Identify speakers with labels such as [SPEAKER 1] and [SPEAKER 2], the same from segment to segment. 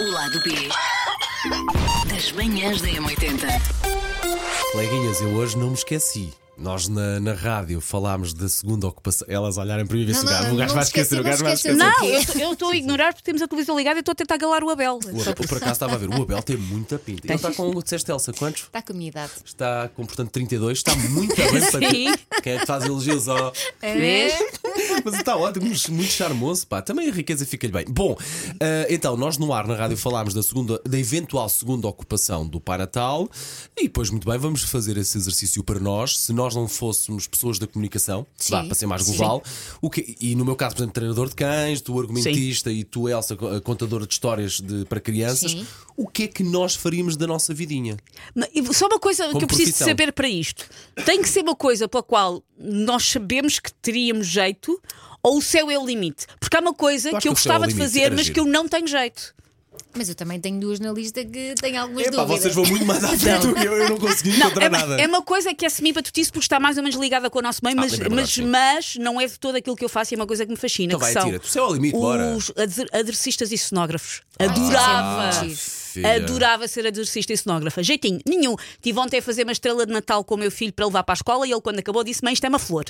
[SPEAKER 1] O lado B das manhãs da M80.
[SPEAKER 2] Coleguinhas, eu hoje não me esqueci. Nós na, na rádio falámos da segunda ocupação. Elas olharem para mim e ver se o gajo o gajo vai esquecer, o gajo vai esquecer.
[SPEAKER 3] Não, eu- eu estou a ignorar porque temos a televisão ligada e estou a tentar galar o Abel.
[SPEAKER 2] O Abel, por acaso estava a ver, o Abel tem muita pinta. Ele está com, disseste Elsa, quantos?
[SPEAKER 4] Está Tá com a minha idade.
[SPEAKER 2] Está com, portanto, 32, está muito bem para ti. Quem é que faz elogios ao.
[SPEAKER 4] É.
[SPEAKER 3] Vês?
[SPEAKER 2] Mas está ótimo, muito charmoso, pá. Também a riqueza fica-lhe bem. Bom, ah, então, nós no ar na rádio falámos da, segunda, da eventual segunda ocupação do Pai Natal e depois, muito bem, vamos fazer esse exercício para nós. Se nós não fôssemos pessoas da comunicação,
[SPEAKER 4] Sim.
[SPEAKER 2] vá, para ser mais global, o que, e no meu caso, por exemplo, treinador de cães, tu argumentista e tu, Elsa, co- eh, contadora de histórias de- para crianças,
[SPEAKER 4] Sim.
[SPEAKER 2] o que é que nós faríamos da nossa vidinha?
[SPEAKER 3] Não, e Só uma coisa que eu preciso de
[SPEAKER 2] profissão.
[SPEAKER 3] saber para isto: tem que ser uma coisa pela qual nós sabemos que teríamos jeito ou o céu é o limite? Porque há uma coisa
[SPEAKER 2] Eu acho
[SPEAKER 3] que eu
[SPEAKER 2] que o céu é o
[SPEAKER 3] gostava de
[SPEAKER 2] limite,
[SPEAKER 3] fazer,
[SPEAKER 2] era
[SPEAKER 3] mas
[SPEAKER 2] giro.
[SPEAKER 3] que eu não tenho jeito.
[SPEAKER 4] Mas eu também tenho duas na lista que têm algumas
[SPEAKER 2] Epá,
[SPEAKER 4] dúvidas.
[SPEAKER 2] vocês vão muito mais à frente do que eu, eu não consegui encontrar
[SPEAKER 3] é,
[SPEAKER 2] nada. Ah,
[SPEAKER 3] é uma coisa que é semi-batutice porque está mais ou menos ligada com o nosso meio, mas,
[SPEAKER 2] lembra-me,
[SPEAKER 3] mas,
[SPEAKER 2] sim.
[SPEAKER 3] mas não é de todo aquilo que eu faço e é uma coisa que me fascina.
[SPEAKER 2] Então
[SPEAKER 3] que
[SPEAKER 2] vai,
[SPEAKER 3] são
[SPEAKER 2] atira-te. O céu é o limite, bora.
[SPEAKER 3] os adre- aderecistas e cenógrafos.
[SPEAKER 4] Ah,
[SPEAKER 3] Adorava.
[SPEAKER 4] isso é muito giro.
[SPEAKER 2] filha.
[SPEAKER 3] Adorava ser adorcista e cenógrafa. Jeitinho, nenhum. Tive ontem a fazer uma estrela de Natal com o meu filho para levar para a escola e ele, quando acabou, disse: Mãe, isto é uma flor.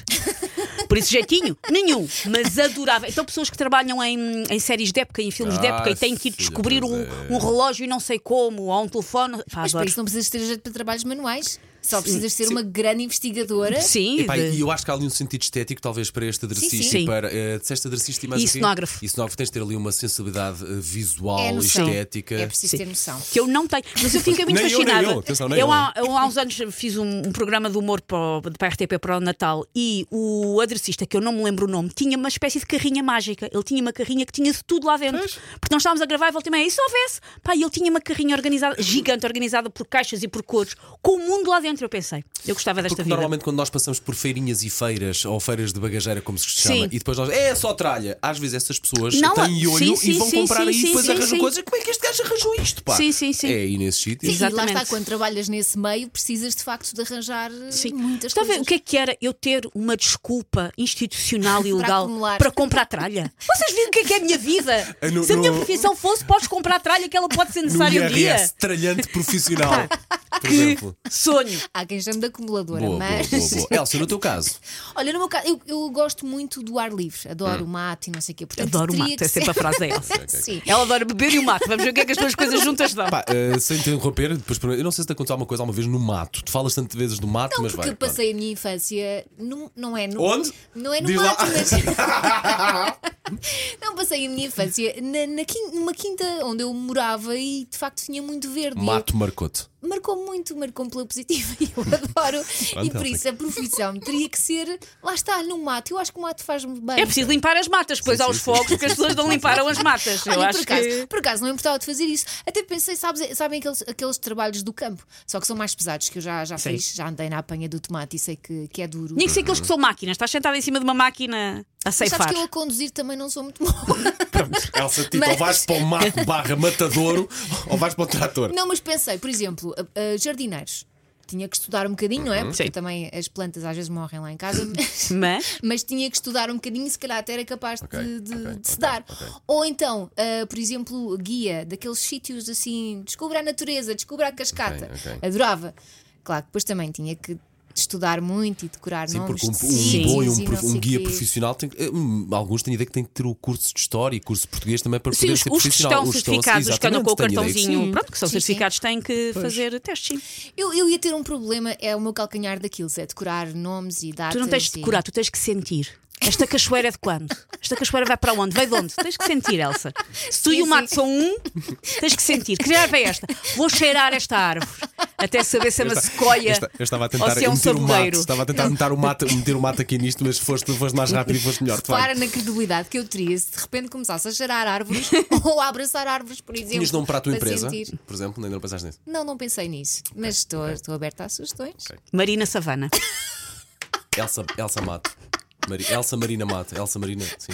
[SPEAKER 3] Por isso, jeitinho, nenhum. Mas adorava. Então, pessoas que trabalham em, em séries de época, em filmes de
[SPEAKER 2] Ah,
[SPEAKER 3] época e têm que ir
[SPEAKER 2] filha,
[SPEAKER 3] descobrir
[SPEAKER 2] pois
[SPEAKER 3] um,
[SPEAKER 2] é.
[SPEAKER 3] um relógio e não sei como, ou um telefone. Pá,
[SPEAKER 4] Mas para
[SPEAKER 3] adoro.
[SPEAKER 4] isso não precisas ter jeito para trabalhos manuais. Só precisas ser uma grande investigadora.
[SPEAKER 3] Sim,
[SPEAKER 2] Epá,
[SPEAKER 3] de-
[SPEAKER 2] e eu acho que há ali um sentido estético, talvez, para este adrecista.
[SPEAKER 4] sim.
[SPEAKER 2] e
[SPEAKER 3] Sim.
[SPEAKER 2] Para, eh, disseste adrecista e mais
[SPEAKER 3] E
[SPEAKER 2] o quê?
[SPEAKER 3] cenógrafo.
[SPEAKER 2] E cenógrafo tens de ter ali uma sensibilidade eh, visual,
[SPEAKER 4] É noção.
[SPEAKER 2] estética.
[SPEAKER 4] É preciso
[SPEAKER 3] Sim.
[SPEAKER 4] ter noção.
[SPEAKER 3] que eu não tenho. Mas eu fico muito
[SPEAKER 2] Nem eu, nem
[SPEAKER 3] fascinada.
[SPEAKER 2] eu. Atenção, nem eu.
[SPEAKER 3] há, eu há uns anos fiz um, um programa de humor para, o- para a RTP para o Natal e o adressista, que eu não me lembro o nome, tinha uma espécie de carrinha mágica. Ele tinha uma carrinha que tinha de tudo lá dentro. Porque nós estávamos a gravar e voltei meia. E se houvesse? Pá, e ele tinha uma carrinha organizada, gigante, organizada por caixas e por cores, com o mundo lá dentro. Eu pensei, eu gostava desta
[SPEAKER 2] Porque
[SPEAKER 3] vida.
[SPEAKER 2] normalmente quando nós passamos por feirinhas e feiras ou feiras de bagageira, como se
[SPEAKER 3] Sim.
[SPEAKER 2] chama, e depois nós é só tralha. Às vezes essas pessoas
[SPEAKER 3] Não,
[SPEAKER 2] têm
[SPEAKER 3] sim,
[SPEAKER 2] olho e
[SPEAKER 3] sim,
[SPEAKER 2] vão
[SPEAKER 3] sim,
[SPEAKER 2] comprar
[SPEAKER 3] sim,
[SPEAKER 2] aí e
[SPEAKER 3] sim,
[SPEAKER 2] depois
[SPEAKER 3] sim,
[SPEAKER 2] arranjam
[SPEAKER 3] sim.
[SPEAKER 2] coisas. Como é que este gajo arranjou isto? Pá?
[SPEAKER 3] Sim, sim, sim.
[SPEAKER 2] É aí nesse sítio.
[SPEAKER 4] Sim, e lá
[SPEAKER 3] Exatamente.
[SPEAKER 4] está, quando trabalhas nesse meio, precisas de facto de arranjar eh,
[SPEAKER 3] Sim.
[SPEAKER 4] muitas
[SPEAKER 3] Está a ver
[SPEAKER 4] coisas.
[SPEAKER 3] o que é que era eu ter uma desculpa institucional e
[SPEAKER 4] Para
[SPEAKER 3] legal
[SPEAKER 4] acumular.
[SPEAKER 3] para comprar tralha? Vocês viram o que é que é a minha vida?
[SPEAKER 2] É, no-
[SPEAKER 3] Se a minha
[SPEAKER 2] no-
[SPEAKER 3] profissão fosse, podes comprar tralha que ela pode ser
[SPEAKER 2] No
[SPEAKER 3] necessária um dia.
[SPEAKER 2] IRS, tralhante profissional. Por exemplo.
[SPEAKER 3] Sonho.
[SPEAKER 4] Há quem chame de acumuladora,
[SPEAKER 2] Boa, boa,
[SPEAKER 4] mas.
[SPEAKER 2] boa, boa. Elsa, no teu caso.
[SPEAKER 4] Olha, no meu caso, eu, eu gosto muito do ar livre, adoro
[SPEAKER 2] Hum.
[SPEAKER 4] o mato e não sei o quê. Portanto,
[SPEAKER 3] Adoro o
[SPEAKER 4] teria
[SPEAKER 3] mato,
[SPEAKER 4] que
[SPEAKER 3] é sempre a frase dela.
[SPEAKER 4] ser- Sim.
[SPEAKER 3] Ela adora beber e o mato. Vamos ver o que é que as duas coisas juntas dão.
[SPEAKER 2] Pá, eh, sem te interromper, depois, eu não sei se te aconteceu alguma coisa alguma vez no mato. Tu falas tantas vezes do mato,
[SPEAKER 4] Não,
[SPEAKER 2] mas
[SPEAKER 4] porque
[SPEAKER 2] vai.
[SPEAKER 4] eu passei a minha infância num, não é no,
[SPEAKER 2] Onde?
[SPEAKER 4] Não é no
[SPEAKER 2] Diz lá.
[SPEAKER 4] mato, mas não passei a minha infância na, na quin- numa quinta onde eu morava e de facto tinha muito verde.
[SPEAKER 2] pronto. Mato marcou-te.
[SPEAKER 4] E eu- Marcou-me muito, marcou-me pela positiva e eu adoro. e por isso a profissão teria que ser lá está, no mato. Eu acho que o mato faz-me bem.
[SPEAKER 3] É preciso limpar as matas, pois
[SPEAKER 2] Sim,
[SPEAKER 3] há os
[SPEAKER 2] sim,
[SPEAKER 3] fogos,
[SPEAKER 2] sim,
[SPEAKER 3] porque as pessoas não limparam as matas. Eu
[SPEAKER 4] Olha,
[SPEAKER 3] acho
[SPEAKER 4] por, acaso,
[SPEAKER 3] que.
[SPEAKER 4] por acaso não importava de fazer isso. Até pensei, sabes, sabem aqueles, aqueles trabalhos do campo, só que são mais pesados, que eu já, já
[SPEAKER 3] Sim.
[SPEAKER 4] fiz, já andei na apanha do tomate e sei que, que é duro.
[SPEAKER 3] Tinha que ser aqueles que são máquinas. Estás sentada em cima de uma máquina a
[SPEAKER 4] Mas
[SPEAKER 3] ceifar.
[SPEAKER 4] Sabes que eu a conduzir também não sou muito boa.
[SPEAKER 2] Elsa, tipo,
[SPEAKER 4] Mas-
[SPEAKER 2] ou vais para o mato barra matadouro ou vais para o trator.
[SPEAKER 4] Não, mas pensei, por exemplo, a- a jardineiros. Tinha que estudar um bocadinho, não é?
[SPEAKER 2] Uhum.
[SPEAKER 4] Porque
[SPEAKER 3] Sim.
[SPEAKER 4] também as plantas às vezes morrem lá em casa. mas-
[SPEAKER 3] Mas.
[SPEAKER 4] Mas tinha que estudar um bocadinho, se calhar até era capaz de-
[SPEAKER 2] Ok,
[SPEAKER 4] de, de
[SPEAKER 2] ok,
[SPEAKER 4] se
[SPEAKER 2] ok,
[SPEAKER 4] dar.
[SPEAKER 2] ok.
[SPEAKER 4] Ou então, ah, por exemplo, guia daqueles sítios assim, descubra a natureza, descubra a cascata.
[SPEAKER 2] Ok, ok.
[SPEAKER 4] Adorava. Claro que depois também tinha que estudar muito e decorar
[SPEAKER 2] Sim,
[SPEAKER 4] nomes.
[SPEAKER 2] porque um,
[SPEAKER 4] de
[SPEAKER 2] um
[SPEAKER 4] sítios
[SPEAKER 2] bom e um,
[SPEAKER 4] não
[SPEAKER 2] prof- um
[SPEAKER 4] sei
[SPEAKER 2] guia
[SPEAKER 4] quê.
[SPEAKER 2] profissional tem que- eh, hum, alguns têm ideia que têm que ter o curso de história e curso de português também para
[SPEAKER 3] Sim,
[SPEAKER 2] poder
[SPEAKER 3] os,
[SPEAKER 2] ser
[SPEAKER 3] os que
[SPEAKER 2] profissional.
[SPEAKER 3] estão certificados, os que andam
[SPEAKER 2] exatamente,
[SPEAKER 3] com o
[SPEAKER 2] tenho ideia que
[SPEAKER 3] cartãozinho,
[SPEAKER 2] sim.
[SPEAKER 3] pronto, que são
[SPEAKER 4] Sim, sim.
[SPEAKER 3] certificados, têm que fazer testes, sim.
[SPEAKER 4] Eu, eu ia ter um problema, é o meu calcanhar daqueles, é decorar nomes e datas.
[SPEAKER 3] Tu não tens de
[SPEAKER 4] e-
[SPEAKER 3] decorar, tu tens que sentir. Esta cachoeira é de quando? Esta cachoeira vai para onde? Vai de onde? Tens que sentir, Elsa. Se tu e o
[SPEAKER 4] Sim,
[SPEAKER 3] mato
[SPEAKER 4] sim.
[SPEAKER 3] são um, tens que sentir. Que árvore é esta? Vou cheirar esta árvore até saber se é uma sequoia
[SPEAKER 2] Eu esta- eu estava a
[SPEAKER 3] ou
[SPEAKER 2] tentar
[SPEAKER 3] se é um
[SPEAKER 2] meter o mato,
[SPEAKER 3] sabugueiro.
[SPEAKER 2] estava a tentar meter o mato, meter o mato aqui nisto, mas foste, foste mais rápido e foste melhor. de facto.
[SPEAKER 4] Para na credibilidade que eu teria se de repente começasse a cheirar árvores ou a abraçar árvores, por exemplo.
[SPEAKER 2] Tinhas nome para a tua empresa,
[SPEAKER 4] sentir.
[SPEAKER 2] por exemplo, ainda não pensaste nisso.
[SPEAKER 4] Não, não pensei nisso, mas estou, estou aberta a sugestões.
[SPEAKER 3] Marina Savana.
[SPEAKER 2] Elsa, Elsa Mato. Mari- Elsa Marina Mato. Elsa Marina, sim.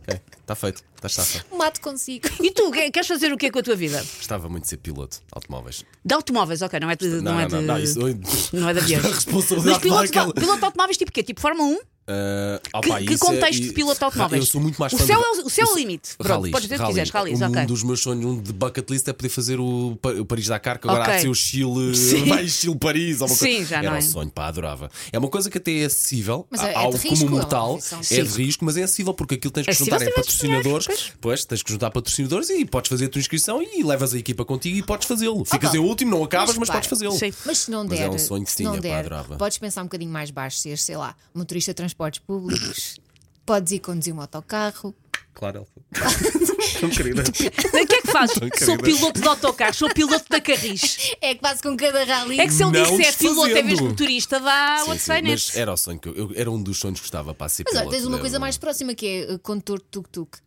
[SPEAKER 2] Ok, está feito. Está estafa.
[SPEAKER 4] Um Mato consigo.
[SPEAKER 3] E tu, que- queres fazer o que é com a tua vida?
[SPEAKER 2] Gostava muito de ser piloto de automóveis.
[SPEAKER 3] De automóveis, ok, não é de. Não,
[SPEAKER 2] não,
[SPEAKER 3] é de...
[SPEAKER 2] não, não, isso-
[SPEAKER 3] não é de aviões.
[SPEAKER 2] A responsabilidade
[SPEAKER 3] Mas piloto,
[SPEAKER 2] daquela-
[SPEAKER 3] de- piloto de automóveis tipo quê? Tipo Fórmula 1?
[SPEAKER 2] Ah,
[SPEAKER 3] Que,
[SPEAKER 2] opa,
[SPEAKER 3] que
[SPEAKER 2] isso é-
[SPEAKER 3] contexto
[SPEAKER 2] e-
[SPEAKER 3] de piloto de automóveis?
[SPEAKER 2] Eu sou muito mais
[SPEAKER 3] o
[SPEAKER 2] fã
[SPEAKER 3] céu
[SPEAKER 2] de-
[SPEAKER 3] é o, o céu é o
[SPEAKER 2] isso-
[SPEAKER 3] limite. Pronto,
[SPEAKER 2] rallies,
[SPEAKER 3] podes dizer o que
[SPEAKER 2] rallies.
[SPEAKER 3] quiseres, rallies,
[SPEAKER 2] um
[SPEAKER 3] ok.
[SPEAKER 2] dos meus sonhos, um de bucket list é poder fazer o, Pa- o Paris-Dakar, que agora
[SPEAKER 3] Ok.
[SPEAKER 2] há de ser o Chile,
[SPEAKER 3] Sim.
[SPEAKER 2] mais Chile-Paris. ou uma
[SPEAKER 3] Sim,
[SPEAKER 2] coisa.
[SPEAKER 3] já
[SPEAKER 2] Era
[SPEAKER 3] não é?
[SPEAKER 2] um sonho, pá, adorava. É uma coisa que até é acessível
[SPEAKER 4] Mas
[SPEAKER 2] a-
[SPEAKER 4] é- é de
[SPEAKER 2] ao
[SPEAKER 4] risco, é
[SPEAKER 2] como
[SPEAKER 4] uma
[SPEAKER 2] mortal.
[SPEAKER 4] profissão.
[SPEAKER 2] É de risco, mas é acessível porque aquilo tens que
[SPEAKER 3] É acessível
[SPEAKER 2] juntar em
[SPEAKER 3] se tiveres
[SPEAKER 2] patrocinadores.
[SPEAKER 3] dinheiro,
[SPEAKER 2] Pois, tens que juntar patrocinadores e podes fazer a tua inscrição e levas a equipa contigo e podes fazê-lo.
[SPEAKER 3] Ah,
[SPEAKER 2] Ficas
[SPEAKER 4] Opa.
[SPEAKER 2] em último, não acabas,
[SPEAKER 4] Mas
[SPEAKER 2] mas,
[SPEAKER 4] repara,
[SPEAKER 2] podes fazê-lo.
[SPEAKER 3] sim.
[SPEAKER 4] Mas se não
[SPEAKER 2] Mas
[SPEAKER 4] der,
[SPEAKER 2] era um sonho que
[SPEAKER 4] se
[SPEAKER 2] tinha,
[SPEAKER 4] não
[SPEAKER 2] pá,
[SPEAKER 4] der
[SPEAKER 2] adorava.
[SPEAKER 4] podes pensar um bocadinho mais baixo, ser, sei lá, motorista de transportes públicos, podes ir conduzir um autocarro.
[SPEAKER 2] Claro, Elsa. querida.
[SPEAKER 3] O que é que fazes? Sou
[SPEAKER 2] querida.
[SPEAKER 3] piloto de autocarro, sou piloto da Carris.
[SPEAKER 4] É que quase com cada rally.
[SPEAKER 3] É que se ele
[SPEAKER 2] Não
[SPEAKER 3] disser piloto em vez de
[SPEAKER 2] desfazendo.
[SPEAKER 3] motorista, dá
[SPEAKER 2] Sim,
[SPEAKER 3] what's
[SPEAKER 2] sim,
[SPEAKER 3] say
[SPEAKER 2] mas
[SPEAKER 3] next.
[SPEAKER 2] era o sonho que eu, eu- era um dos sonhos que gostava para ser
[SPEAKER 4] Mas olha,
[SPEAKER 2] piloto,
[SPEAKER 4] tens uma
[SPEAKER 2] era
[SPEAKER 4] coisa
[SPEAKER 2] um-
[SPEAKER 4] mais próxima que é uh, condutor de tuk-tuk.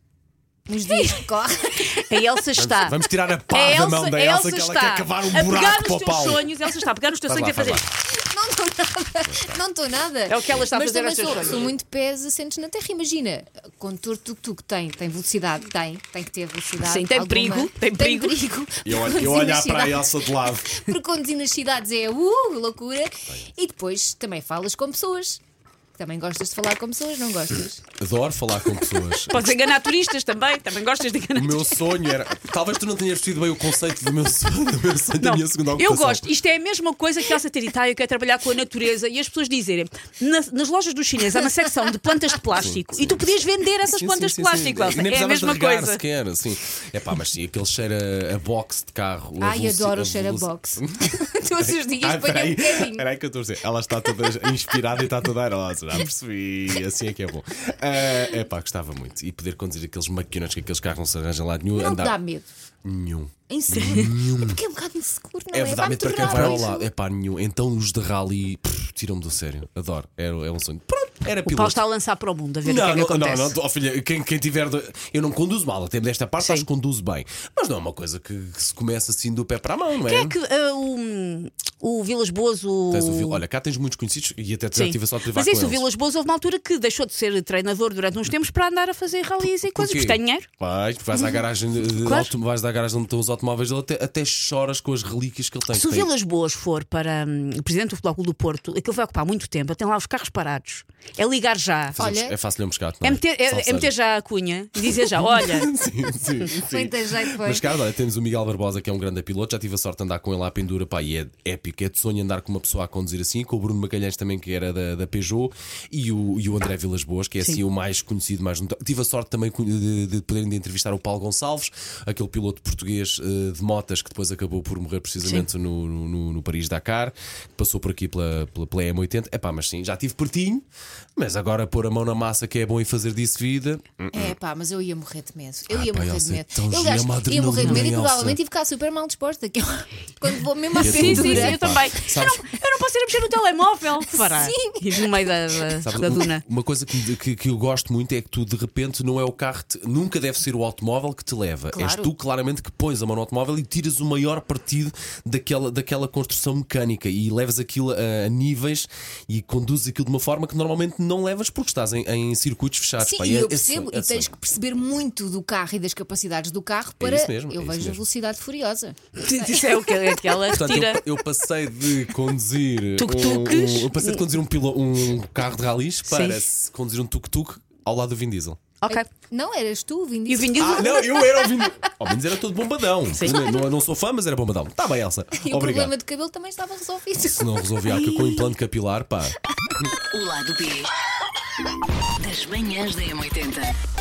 [SPEAKER 4] Nos dias que corre.
[SPEAKER 3] A Elsa está.
[SPEAKER 2] é- Vamos tirar a pá
[SPEAKER 3] a
[SPEAKER 2] da
[SPEAKER 3] Elsa,
[SPEAKER 2] mão da
[SPEAKER 3] a
[SPEAKER 2] Elsa, que ela
[SPEAKER 3] está
[SPEAKER 2] quer cavar um
[SPEAKER 3] a pegar
[SPEAKER 2] buraco
[SPEAKER 3] nos
[SPEAKER 2] para o
[SPEAKER 3] teus
[SPEAKER 2] pau.
[SPEAKER 3] sonhos, Elsa está a pegar nos teus
[SPEAKER 2] Faz
[SPEAKER 3] sonhos e
[SPEAKER 2] lá,
[SPEAKER 3] a fazer.
[SPEAKER 2] faz
[SPEAKER 3] isto.
[SPEAKER 4] Não estou nada. Não estou nada.
[SPEAKER 3] É o que ela está a
[SPEAKER 4] Mas
[SPEAKER 3] fazer
[SPEAKER 4] também
[SPEAKER 3] aos seus
[SPEAKER 4] sou,
[SPEAKER 3] olhos.
[SPEAKER 4] sou muito pés assentes na terra. Imagina, condutor de tuk-tuk tem, tem velocidade, tem, tem que ter velocidade.
[SPEAKER 3] Sim, tem
[SPEAKER 4] alguma.
[SPEAKER 3] perigo, tem perigo.
[SPEAKER 2] Eu, olho-
[SPEAKER 4] Conduzir
[SPEAKER 2] eu olhar
[SPEAKER 4] nas
[SPEAKER 2] para a
[SPEAKER 4] cidades.
[SPEAKER 2] Elsa de lado.
[SPEAKER 4] Porque conduzir nas cidades é uh, loucura. E depois também falas com pessoas. Também gostas de falar com pessoas, não gostas?
[SPEAKER 2] Adoro falar com pessoas.
[SPEAKER 3] Podes enganar turistas também, também gostas de enganar
[SPEAKER 2] O meu sonho era. Talvez tu não tenhas percebido bem o conceito do meu sonho, do meu sonho da minha segunda
[SPEAKER 3] eu
[SPEAKER 2] ocupação.
[SPEAKER 3] gosto. Isto é a mesma coisa que a Elsa ter Itália, que é trabalhar com a natureza e as pessoas dizerem "Na- nas lojas dos chineses há uma secção de plantas de plástico
[SPEAKER 2] Sim, sim.
[SPEAKER 3] e tu podias vender essas
[SPEAKER 2] Sim,
[SPEAKER 3] plantas
[SPEAKER 2] sim, sim,
[SPEAKER 3] de plástico.
[SPEAKER 2] sim.
[SPEAKER 3] Elsa.
[SPEAKER 2] Nem
[SPEAKER 3] É a
[SPEAKER 2] precisavas de
[SPEAKER 3] mesma
[SPEAKER 2] regar
[SPEAKER 3] coisa.
[SPEAKER 2] sequer, sim. É pá, mas sim, aquele cheiro a, a box de carro. a
[SPEAKER 4] Ai,
[SPEAKER 2] veloci-
[SPEAKER 4] adoro o cheiro a
[SPEAKER 2] veloci-
[SPEAKER 4] box. Todos os dias
[SPEAKER 2] Ai,
[SPEAKER 4] ponho um
[SPEAKER 2] peraí,
[SPEAKER 4] bocadinho.
[SPEAKER 2] peraí que eu estou a dizer. Ela está toda inspirada e está toda aerosa. Já percebi. Assim é que é bom. É pá, gostava muito. E poder conduzir aqueles maquinas que aqueles carros não se arranjam lá de nenhum.
[SPEAKER 4] Não te
[SPEAKER 2] andar
[SPEAKER 4] dá medo.
[SPEAKER 2] nenhum.
[SPEAKER 4] Em sério? É porque é um bocado inseguro, não é?
[SPEAKER 2] É verdade,
[SPEAKER 4] Vai
[SPEAKER 2] para
[SPEAKER 4] muito
[SPEAKER 2] quem vai ao
[SPEAKER 4] rápido.
[SPEAKER 2] lado. É pá, nenhum. Então os de rally pff, tiram-me do sério. Adoro. É, é um sonho. Pronto, era
[SPEAKER 3] O Paulo
[SPEAKER 2] piloto.
[SPEAKER 3] está a lançar para o mundo a ver o que é
[SPEAKER 2] Não,
[SPEAKER 3] que
[SPEAKER 2] não, não,
[SPEAKER 3] acontece.
[SPEAKER 2] não, oh, filha, quem, quem tiver. de- Eu não conduzo mal, até desta parte
[SPEAKER 3] Sim.
[SPEAKER 2] acho que conduzo bem. Mas não é uma coisa que, que se começa assim do pé para a mão, não é?
[SPEAKER 3] Quem é que ah, o, o Vilas Boas, o.
[SPEAKER 2] Tens o Vil- Olha, cá tens muitos conhecidos e até
[SPEAKER 3] Sim.
[SPEAKER 2] já tive a sorte de privar
[SPEAKER 3] Mas
[SPEAKER 2] com
[SPEAKER 3] isso, o
[SPEAKER 2] eles. Hum.
[SPEAKER 3] Vilas Boas houve uma altura que deixou de ser treinador durante uns tempos para andar a fazer rallies e coisas,
[SPEAKER 2] Porquê?
[SPEAKER 3] porque tem dinheiro. Uhum.
[SPEAKER 2] Vais, vais à garagem de, de
[SPEAKER 3] Claro.
[SPEAKER 2] auto- vais à garagem onde estão os automóveis dele, até, até choras com as relíquias que ele tem.
[SPEAKER 3] Se o
[SPEAKER 2] Tem-
[SPEAKER 3] Vilas Boas for para hum, o presidente do Futebol Clube do Porto, aquilo vai ocupar muito tempo, ele tem lá os carros parados. É ligar já.
[SPEAKER 2] fazemos-
[SPEAKER 4] Olha.
[SPEAKER 2] é fácil-lhe um pescado. não
[SPEAKER 3] É meter,
[SPEAKER 2] Salve
[SPEAKER 3] é, é meter
[SPEAKER 2] seja.
[SPEAKER 3] já a cunha e dizer já, olha,
[SPEAKER 2] Sim, sim, sim.
[SPEAKER 4] Muita jeito, é foi.
[SPEAKER 2] Mas, cara, olha, temos o Miguel Barbosa, que é um grande piloto. Já tive a sorte de andar com ele à pendura, pá, e é épico. É de sonho andar com uma pessoa a conduzir assim. Com o Bruno Magalhães também, que era da, da Peugeot, e o, e o André Vilas Boas, que é assim o mais conhecido, mais notável. Tive a sorte também de, de poder ainda entrevistar o Paulo Gonçalves, aquele piloto português eh, de motas que depois acabou por morrer precisamente no, no, no Paris-Dakar, que passou por aqui pela, pela, pela M80. É pá, mas sim, já tive pertinho, mas agora pôr a mão na massa que é bom e fazer disso vida.
[SPEAKER 4] É pá, mas eu ia morrer de medo. Eu
[SPEAKER 2] Ah,
[SPEAKER 4] ia
[SPEAKER 2] pá,
[SPEAKER 4] morrer de
[SPEAKER 2] Elsa, é
[SPEAKER 4] medo.
[SPEAKER 2] tão
[SPEAKER 4] Aliás,
[SPEAKER 2] genial, uma
[SPEAKER 4] ia morrer de medo e
[SPEAKER 2] adrenalina,
[SPEAKER 4] provavelmente
[SPEAKER 2] Elsa.
[SPEAKER 4] ia ficar super mal disposta. que eu- quando vou mesmo à
[SPEAKER 2] Ia
[SPEAKER 3] Ah, sim, sim, sim,
[SPEAKER 4] aventura.
[SPEAKER 3] eu também. Eu
[SPEAKER 2] é Sabes-
[SPEAKER 3] não, eu não posso ir a mexer no telemóvel. Para.
[SPEAKER 4] Sim.
[SPEAKER 3] E no meio da, da,
[SPEAKER 2] Sabes,
[SPEAKER 3] da
[SPEAKER 2] um-
[SPEAKER 3] duna.
[SPEAKER 2] Uma coisa que, me- que, que eu gosto muito é que tu de repente não é o carro, que te- nunca deve ser o automóvel que te leva.
[SPEAKER 4] Claro.
[SPEAKER 2] És tu claramente que pões a mão no automóvel e tiras o maior partido daquela, daquela construção mecânica e levas aquilo a, a níveis e conduzes aquilo de uma forma que normalmente não levas porque estás em, em circuitos fechados.
[SPEAKER 4] Sim,
[SPEAKER 2] pá.
[SPEAKER 4] e
[SPEAKER 2] é-
[SPEAKER 4] eu
[SPEAKER 2] é
[SPEAKER 4] percebo,
[SPEAKER 2] sonho, é
[SPEAKER 4] e tens
[SPEAKER 2] sonho.
[SPEAKER 4] que perceber muito do carro e das capacidades do carro para.
[SPEAKER 2] isso mesmo, é
[SPEAKER 4] eu
[SPEAKER 2] isso
[SPEAKER 4] vejo a
[SPEAKER 2] mesmo.
[SPEAKER 4] velocidade furiosa.
[SPEAKER 3] Isso é o que é aquela que
[SPEAKER 2] Portanto,
[SPEAKER 3] tira.
[SPEAKER 2] eu, eu passei de conduzir
[SPEAKER 3] Tuk-tuks.
[SPEAKER 2] um, um- eu passei de conduzir um, pilo- um carro de ralis para se conduzir um tuk-tuk ao lado do Vin Diesel.
[SPEAKER 3] Ok.
[SPEAKER 4] Não, eras tu, Vin
[SPEAKER 3] E o
[SPEAKER 4] Diesel.
[SPEAKER 3] Vin Diesel-
[SPEAKER 2] Ah, não, eu era ouvindo. Ao menos era todo bombadão. Não, não- não sou fã, mas era bombadão. Tá bem, Elsa.
[SPEAKER 4] E o
[SPEAKER 2] Obrigado.
[SPEAKER 4] problema de cabelo também estava resolvido.
[SPEAKER 2] Se não resolvi água com implante capilar, pá.
[SPEAKER 1] O lado B das manhãs da M80.